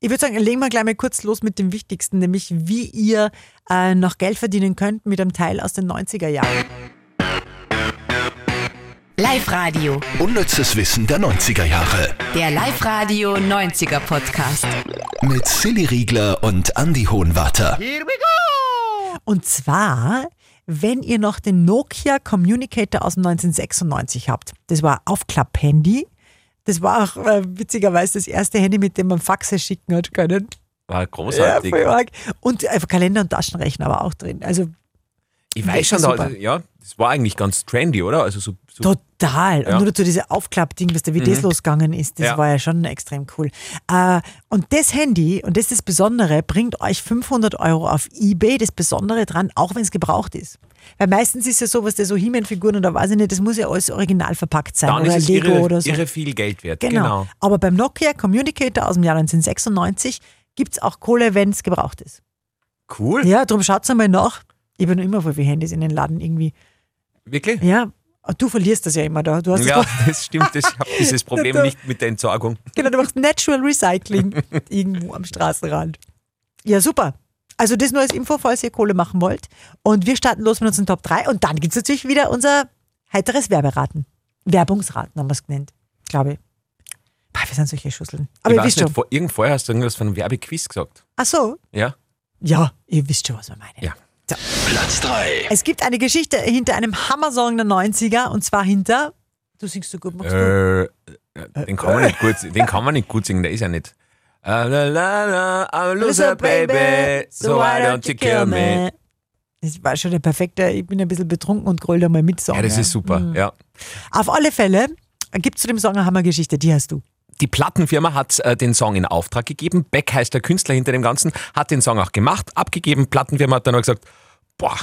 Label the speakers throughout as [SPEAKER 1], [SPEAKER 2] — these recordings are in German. [SPEAKER 1] Ich würde sagen, legen wir gleich mal kurz los mit dem Wichtigsten, nämlich wie ihr äh, noch Geld verdienen könnt mit einem Teil aus den 90er Jahren.
[SPEAKER 2] Live-Radio,
[SPEAKER 3] Unnützes Wissen der 90er Jahre.
[SPEAKER 2] der Live-Radio 90er Podcast.
[SPEAKER 3] Mit Silly Riegler und Andy Hohenwater.
[SPEAKER 1] Und zwar, wenn ihr noch den Nokia Communicator aus dem 1996 habt. Das war ein Aufklapp-Handy. Das war auch äh, witzigerweise das erste Handy, mit dem man Faxe schicken hat können.
[SPEAKER 4] War
[SPEAKER 1] Ja,
[SPEAKER 4] großartig.
[SPEAKER 1] voll arg. Und äh, Kalender und Taschenrechner war auch drin. Also
[SPEAKER 4] ich weiß schon,
[SPEAKER 1] Super.
[SPEAKER 4] da, ja, das war eigentlich ganz trendy, oder? Also so, so
[SPEAKER 1] Total.
[SPEAKER 4] Ja. Mhm.
[SPEAKER 1] Und nur dazu diese Aufklappding, was da wie das losgegangen ist, das
[SPEAKER 4] Ja.
[SPEAKER 1] war ja schon extrem cool. Äh, und das Handy, und das ist das Besondere, bringt euch 500 Euro auf Ebay, das Besondere dran, auch wenn es gebraucht ist. Weil meistens ist ja sowas, der so He-Man-Figuren oder weiß ich nicht, das muss ja alles original verpackt sein
[SPEAKER 4] dann
[SPEAKER 1] oder
[SPEAKER 4] ist es
[SPEAKER 1] Lego
[SPEAKER 4] irre,
[SPEAKER 1] oder so.
[SPEAKER 4] irre viel Geld wert.
[SPEAKER 1] Genau.
[SPEAKER 4] Genau.
[SPEAKER 1] Aber beim Nokia Communicator aus dem Jahr 1996 gibt es auch Kohle, wenn es gebraucht ist.
[SPEAKER 4] Cool.
[SPEAKER 1] Ja, darum schaut einmal nach. Ich bin immer voll wie Handys in den Laden irgendwie.
[SPEAKER 4] Wirklich?
[SPEAKER 1] Ja, du verlierst das ja immer da. Du hast das
[SPEAKER 4] Ja, das stimmt. Das, ich habe dieses Problem
[SPEAKER 1] Da-
[SPEAKER 4] nicht mit der Entsorgung.
[SPEAKER 1] Genau, du machst Natural Recycling irgendwo am Straßenrand. Ja, super. Also das nur als Info, falls ihr Kohle machen wollt. Und wir starten los mit unseren Top 3 und dann gibt es natürlich wieder unser heiteres Werberaten. Werbungsraten haben wir es genannt, glaube ich. Bah, wir sind solche Schüsseln. Aber
[SPEAKER 4] ich
[SPEAKER 1] ihr
[SPEAKER 4] weiß
[SPEAKER 1] wisst
[SPEAKER 4] nicht,
[SPEAKER 1] schon.
[SPEAKER 4] vor, irgend vorher hast du irgendwas von einem Werbequiz gesagt.
[SPEAKER 1] Ach so.
[SPEAKER 4] Ja?
[SPEAKER 1] Ja, ihr wisst schon, was wir meinen.
[SPEAKER 4] Ja.
[SPEAKER 1] So.
[SPEAKER 3] Platz 3.
[SPEAKER 1] Es gibt eine Geschichte hinter einem Hammer-Song der 90er und zwar hinter, du singst so gut, machst du.
[SPEAKER 4] Äh, den kann man nicht gut, den kann man nicht gut singen, der ist ja nicht. Ah, La la la, I'm a loser, baby, so why don't you kill me?
[SPEAKER 1] Das war schon der perfekte, ich bin ein bisschen betrunken und gröll da mal mit Song.
[SPEAKER 4] Ja, das ist super,
[SPEAKER 1] Mm.
[SPEAKER 4] ja.
[SPEAKER 1] Auf alle Fälle gibt es zu dem Song eine Hammergeschichte, die hast du.
[SPEAKER 4] Die Plattenfirma hat äh, den Song in Auftrag gegeben. Beck heißt der Künstler hinter dem Ganzen, hat den Song auch gemacht, abgegeben. Plattenfirma hat dann auch gesagt, boah,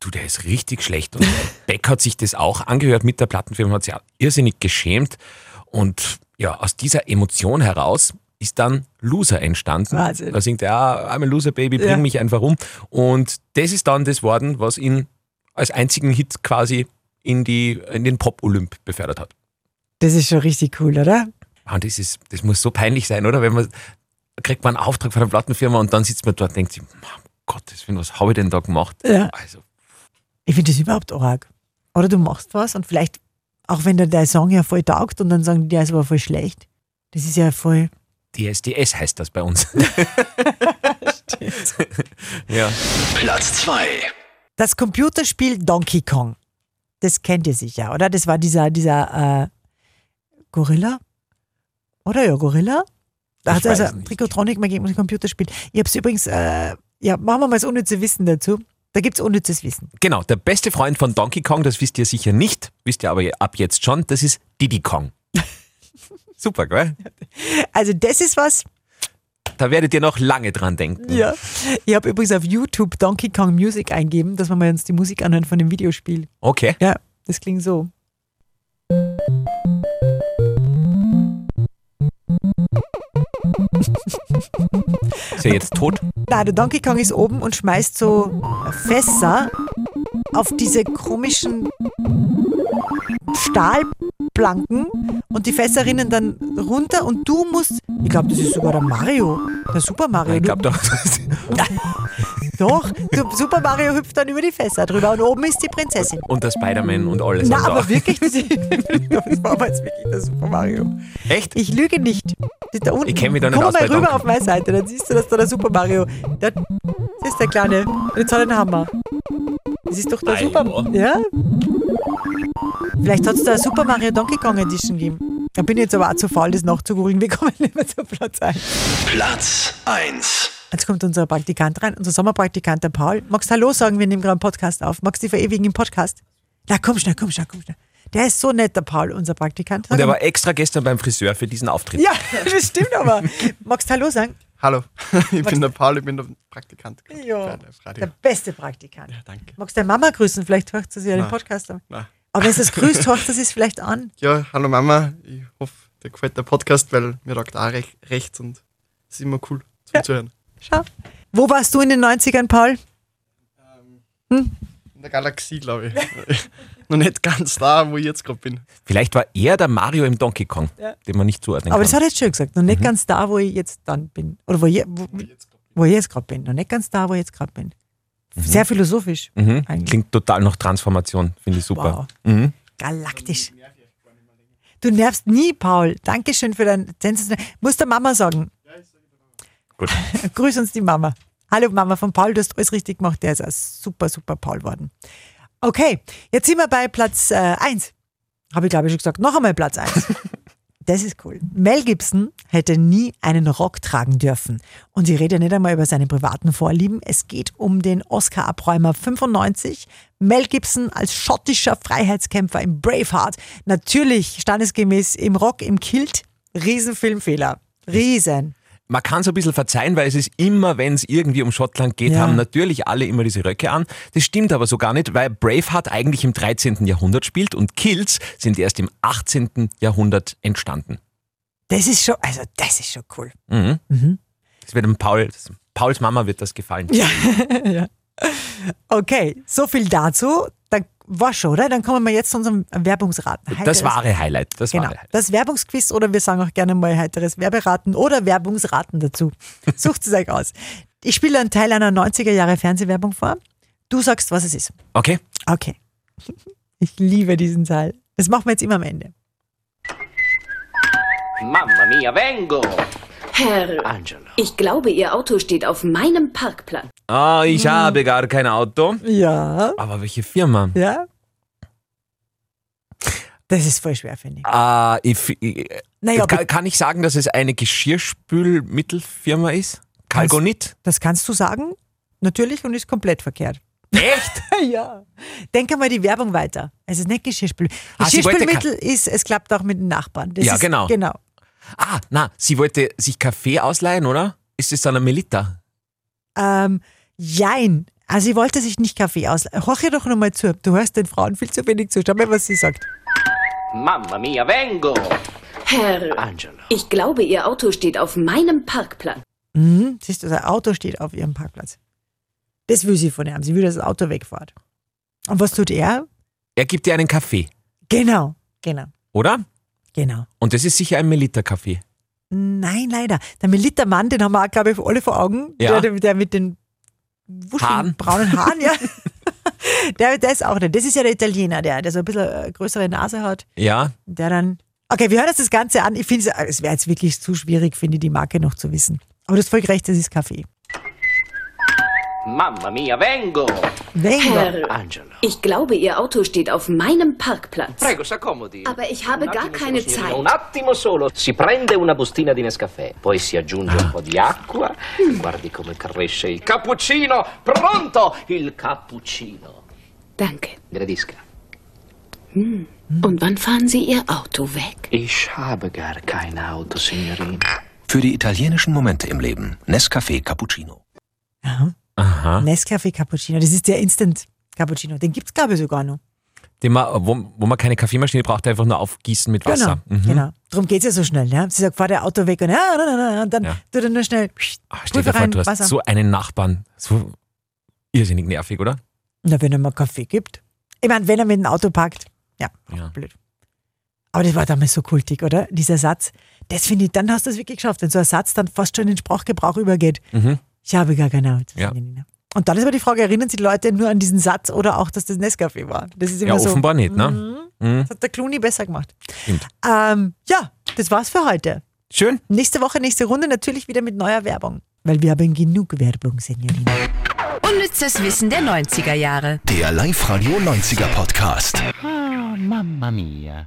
[SPEAKER 4] du, der ist richtig schlecht. Und Beck hat sich das auch angehört mit der Plattenfirma, hat sich auch irrsinnig geschämt. Und ja, aus dieser Emotion heraus ist dann Loser entstanden.
[SPEAKER 1] Wahnsinn.
[SPEAKER 4] Da singt er, ah, I'm a Loser Baby, bring
[SPEAKER 1] Ja.
[SPEAKER 4] mich einfach um. Und das ist dann das worden, was ihn als einzigen Hit quasi in, die, in den Pop-Olymp befördert hat.
[SPEAKER 1] Das ist schon richtig cool, oder?
[SPEAKER 4] Ah, Und das, ist, das muss so peinlich sein, oder? Wenn man kriegt man einen Auftrag von einer Plattenfirma und dann sitzt man dort und denkt sich, "Ma, um Gottes Willen, was habe ich denn da gemacht?
[SPEAKER 1] Ja.
[SPEAKER 4] Also,
[SPEAKER 1] Ich finde das überhaupt arg. Oder du machst was und vielleicht, auch wenn dir der Song ja voll taugt und dann sagen die, der ist aber voll schlecht. Das ist ja voll.
[SPEAKER 4] DSDS heißt das bei uns. ja.
[SPEAKER 3] Platz 2.
[SPEAKER 1] Das Computerspiel Donkey Kong. Das kennt ihr sicher, oder? Das war dieser, dieser äh, Gorilla? Oder ja, Gorilla? Da
[SPEAKER 4] Ich
[SPEAKER 1] hat also
[SPEAKER 4] weiß nicht.
[SPEAKER 1] Trikotronic mal gegen ein Computerspiel. Ich hab's übrigens, äh, ja, machen wir mal das unnütze Wissen dazu. Da gibt's unnützes Wissen.
[SPEAKER 4] Genau, der beste Freund von Donkey Kong, das wisst ihr sicher nicht, wisst ihr aber ab jetzt schon, das ist Diddy Kong. Super, gell?
[SPEAKER 1] Also, das ist was,
[SPEAKER 4] Da werdet ihr noch lange dran denken.
[SPEAKER 1] Ja. Ich habe übrigens auf YouTube Donkey Kong Music eingeben, dass wir mal uns die Musik anhören von dem Videospiel.
[SPEAKER 4] Okay.
[SPEAKER 1] Ja, das klingt so.
[SPEAKER 4] Ist er jetzt tot?
[SPEAKER 1] Na, der Donkey Kong ist oben und schmeißt so Fässer auf diese komischen Stahlplanken und die Fässer rinnen dann runter und du musst, ich glaube, das ist sogar der Mario, der Super Mario.
[SPEAKER 4] Ich glaube
[SPEAKER 1] du,
[SPEAKER 4] doch.
[SPEAKER 1] doch, du, Super Mario hüpft dann über die Fässer drüber und oben ist die Prinzessin.
[SPEAKER 4] Und der Spider-Man und alles.
[SPEAKER 1] Na,
[SPEAKER 4] Und
[SPEAKER 1] aber
[SPEAKER 4] auch-
[SPEAKER 1] wirklich, das das war aber jetzt wirklich der Super Mario.
[SPEAKER 4] Echt?
[SPEAKER 1] Ich lüge nicht. Das Da unten.
[SPEAKER 4] Ich kenn mich da nicht
[SPEAKER 1] Komm
[SPEAKER 4] aus
[SPEAKER 1] mal
[SPEAKER 4] bei
[SPEAKER 1] rüber
[SPEAKER 4] Donkey.
[SPEAKER 1] auf meine Seite, dann siehst du, dass da der Super Mario. Da, das ist der Kleine. Und Jetzt hat er einen Hammer. Das ist doch der
[SPEAKER 4] Ah,
[SPEAKER 1] Super Mario.
[SPEAKER 4] ja.
[SPEAKER 1] Ja? Vielleicht hat es da eine Super Mario Donkey Kong Edition gegeben. Da bin ich jetzt aber auch zu faul, das nachzugoogeln. Wir kommen nicht mehr zu Platz ein.
[SPEAKER 3] Platz 1.
[SPEAKER 1] Jetzt kommt unser Praktikant rein, unser Sommerpraktikant, der Paul. Magst Hallo sagen, wir nehmen gerade einen Podcast auf. Magst du dich verewigen im Podcast? Na, komm schnell, komm schnell, komm schnell. Der ist so nett, der Paul, unser Praktikant. Sag
[SPEAKER 4] Und er
[SPEAKER 1] mal-
[SPEAKER 4] war extra gestern beim Friseur für diesen Auftritt.
[SPEAKER 1] ja, das stimmt aber. Magst Hallo sagen?
[SPEAKER 5] Hallo, ich bin der Paul, ich bin der Praktikant.
[SPEAKER 1] Ja.
[SPEAKER 5] Bei Live
[SPEAKER 1] Der
[SPEAKER 5] Radio.
[SPEAKER 1] beste Praktikant.
[SPEAKER 5] Danke.
[SPEAKER 1] Magst deine Mama grüßen? Vielleicht hört sie ja den
[SPEAKER 5] Nein.
[SPEAKER 1] Podcast an.
[SPEAKER 5] Nein.
[SPEAKER 1] Aber wenn sie es grüßt, hört sie es vielleicht an.
[SPEAKER 5] Ja, hallo Mama, ich hoffe, dir gefällt der Podcast, weil mir taugt auch recht, recht und es ist immer cool zum Zuhören.
[SPEAKER 1] Schau. Wo warst du in den 90ern, Paul?
[SPEAKER 5] In der Galaxie, glaube ich. noch nicht ganz da, wo ich jetzt gerade bin.
[SPEAKER 4] Vielleicht war er der Mario im Donkey Kong,
[SPEAKER 1] Ja.
[SPEAKER 4] den man nicht zuordnen
[SPEAKER 1] Aber das
[SPEAKER 4] kann.
[SPEAKER 1] hat er jetzt schön gesagt. Noch nicht ganz da, wo ich jetzt dann bin. Oder wo, je, Mhm. wo, wo ich jetzt gerade bin. Noch nicht ganz da, wo ich jetzt gerade bin. Sehr philosophisch.
[SPEAKER 4] Mhm.
[SPEAKER 1] eigentlich.
[SPEAKER 4] Klingt total nach Transformation, finde ich super. Mhm.
[SPEAKER 1] Wow. Galaktisch. Du nervst nie, Paul. Dankeschön für dein sensationell. Muss der Mama sagen.
[SPEAKER 4] Gut.
[SPEAKER 1] Grüß uns die Mama. Hallo Mama von Paul, du hast alles richtig gemacht. Der ist ein super, super Paul worden. Okay, jetzt sind wir bei Platz 1. Habe ich glaube ich schon gesagt. Noch einmal Platz 1. Das ist cool. Mel Gibson hätte nie einen Rock tragen dürfen. Und ich rede ja nicht einmal über seine privaten Vorlieben. Es geht um den Oscar-Abräumer 95. Mel Gibson als schottischer Freiheitskämpfer im Braveheart. Natürlich standesgemäß im Rock, im Kilt. Riesenfilmfehler. Riesen.
[SPEAKER 4] Man kann es ein bisschen verzeihen, weil es ist immer, wenn es irgendwie um Schottland geht,
[SPEAKER 1] Ja.
[SPEAKER 4] haben natürlich alle immer diese Röcke an. Das stimmt aber so gar nicht, weil Braveheart eigentlich im 13. Jahrhundert spielt und Kills sind erst im 18. Jahrhundert entstanden.
[SPEAKER 1] Das ist schon, also das ist schon cool.
[SPEAKER 4] Mhm. Das wird dem Paul, das, Pauls Mama wird das gefallen.
[SPEAKER 1] Ja. ja. Okay, so viel dazu. Dann war schon, oder? Dann kommen wir jetzt zu unserem Werbungsraten.
[SPEAKER 4] Das wahre Highlight. Das
[SPEAKER 1] Genau.
[SPEAKER 4] wahre Highlight.
[SPEAKER 1] Das Werbungsquiz oder wir sagen auch gerne mal heiteres Werberaten oder Werbungsraten dazu. Sucht es euch aus. Ich spiele einen Teil einer 90er Jahre Fernsehwerbung vor. Du sagst, was es ist.
[SPEAKER 4] Okay.
[SPEAKER 1] Okay. Ich liebe diesen Teil. Das machen wir jetzt immer am Ende.
[SPEAKER 6] Mamma mia, vengo!
[SPEAKER 7] Herr,
[SPEAKER 6] Angelo.
[SPEAKER 7] ich glaube, Ihr Auto steht auf meinem Parkplatz.
[SPEAKER 4] Ah, ich
[SPEAKER 1] Mhm.
[SPEAKER 4] habe gar kein Auto.
[SPEAKER 1] Ja.
[SPEAKER 4] Aber welche Firma?
[SPEAKER 1] Ja. Das ist voll schwer, finde ich.
[SPEAKER 4] Ah, ich, ich,
[SPEAKER 1] Naja, aber
[SPEAKER 4] kann, kann ich sagen, dass es eine Geschirrspülmittelfirma ist? Kalgonit?
[SPEAKER 1] das kannst du sagen, natürlich, und ist komplett verkehrt.
[SPEAKER 4] Echt?
[SPEAKER 1] ja. Denk einmal die Werbung weiter. Es ist nicht Geschirrspül.
[SPEAKER 4] Ah, sie wollte
[SPEAKER 1] Geschirrspülmittel ist, es klappt auch mit den Nachbarn. Das
[SPEAKER 4] Ja,
[SPEAKER 1] ist,
[SPEAKER 4] genau.
[SPEAKER 1] Genau.
[SPEAKER 4] Ah, na, sie wollte sich Kaffee ausleihen, oder? Ist es dann eine Melita?
[SPEAKER 1] Ähm, jein. Also sie wollte sich nicht Kaffee aus. Horch ihr doch nochmal zu. Du hörst den Frauen viel zu wenig zu. Schau mal, was sie sagt.
[SPEAKER 6] Mamma mia, vengo!
[SPEAKER 7] Herr,
[SPEAKER 6] Angelo.
[SPEAKER 7] ich glaube, Ihr Auto steht auf meinem Parkplatz.
[SPEAKER 1] Mhm. Siehst du, sein Auto steht auf ihrem Parkplatz. Das will sie von ihm. Sie will, dass das Auto wegfährt. Und was tut er?
[SPEAKER 4] Er gibt dir einen Kaffee,
[SPEAKER 1] Genau, genau,
[SPEAKER 4] oder?
[SPEAKER 1] genau.
[SPEAKER 4] Und das ist sicher ein Melita-Kaffee.
[SPEAKER 1] Nein, leider. Der Militermann, den haben wir auch, glaube ich, alle vor Augen.
[SPEAKER 4] Ja.
[SPEAKER 1] Der, der mit den wuscheligen
[SPEAKER 4] Haaren.
[SPEAKER 1] braunen Haaren, ja. der, der ist auch nicht. Das ist ja der Italiener, der, der so ein bisschen äh, größere Nase hat.
[SPEAKER 4] Ja,
[SPEAKER 1] der dann. Okay, wir hören uns das Ganze an. Ich finde, es wäre jetzt wirklich zu schwierig, finde ich, die Marke noch zu wissen. Aber du hast voll recht, das ist Kaffee.
[SPEAKER 6] Mamma mia, vengo!
[SPEAKER 1] Vengo.
[SPEAKER 7] Herr,
[SPEAKER 6] Angelo.
[SPEAKER 7] ich glaube, Ihr Auto steht auf meinem Parkplatz.
[SPEAKER 6] Prego, s'accomodi.
[SPEAKER 7] Aber ich habe
[SPEAKER 6] Un
[SPEAKER 7] gar
[SPEAKER 6] attimo
[SPEAKER 7] keine
[SPEAKER 6] solo, signorina,
[SPEAKER 7] Zeit.
[SPEAKER 6] Un attimo solo. Si prende una bustina di Nescafè, poi si aggiunge un po' di acqua. Guardi come cresce il cappuccino. Pronto! Il cappuccino.
[SPEAKER 7] Danke.
[SPEAKER 6] Gradisca.
[SPEAKER 7] Und wann fahren Sie Ihr Auto weg?
[SPEAKER 6] Ich habe gar kein Auto, Signorina.
[SPEAKER 3] Für die italienischen Momente im Leben. Nescafé Cappuccino.
[SPEAKER 1] Aha.
[SPEAKER 4] aha.
[SPEAKER 1] Nescafé Cappuccino. Das ist der Instant Cappuccino. Den gibt's glaube ich, sogar noch.
[SPEAKER 4] Den man, wo, wo man keine Kaffeemaschine braucht, einfach nur aufgießen mit
[SPEAKER 1] Genau.
[SPEAKER 4] Wasser. Mhm.
[SPEAKER 1] genau. Darum geht's ja so schnell. Ne? Sie sagt, fahr der Auto weg und, ja, na, na, na, und dann
[SPEAKER 4] Ja.
[SPEAKER 1] tut er nur schnell.
[SPEAKER 4] Ah, stell dir
[SPEAKER 1] Pulver
[SPEAKER 4] vor,
[SPEAKER 1] rein,
[SPEAKER 4] du hast
[SPEAKER 1] Wasser.
[SPEAKER 4] so einen Nachbarn. So irrsinnig nervig, oder?
[SPEAKER 1] Na, wenn er mal Kaffee gibt. Ich meine, wenn er mit dem Auto parkt. Ja,
[SPEAKER 4] Ja.
[SPEAKER 1] blöd. Aber das war damals so kultig, oder? Dieser Satz. Das finde ich, dann hast du es wirklich geschafft, wenn so ein Satz dann fast schon in den Sprachgebrauch übergeht.
[SPEAKER 4] Mhm.
[SPEAKER 1] Ich habe gar keine Ahnung.
[SPEAKER 4] Ja.
[SPEAKER 1] ne? Und dann ist aber die Frage, erinnern sich die Leute nur an diesen Satz oder auch, dass das Nescafé war? Das ist immer
[SPEAKER 4] Ja,
[SPEAKER 1] so.
[SPEAKER 4] offenbar nicht, ne?
[SPEAKER 1] Mhm.
[SPEAKER 4] Mhm.
[SPEAKER 1] Das hat der Clooney besser gemacht.
[SPEAKER 4] Stimmt.
[SPEAKER 1] Ähm, ja, das war's für heute.
[SPEAKER 4] Schön.
[SPEAKER 1] Nächste Woche, nächste Runde natürlich wieder mit neuer Werbung. Weil wir haben genug Werbung, Senorina.
[SPEAKER 2] Unnützes Wissen der 90er Jahre.
[SPEAKER 3] Der Live-Radio 90er Podcast.
[SPEAKER 8] Ah, mamma mia.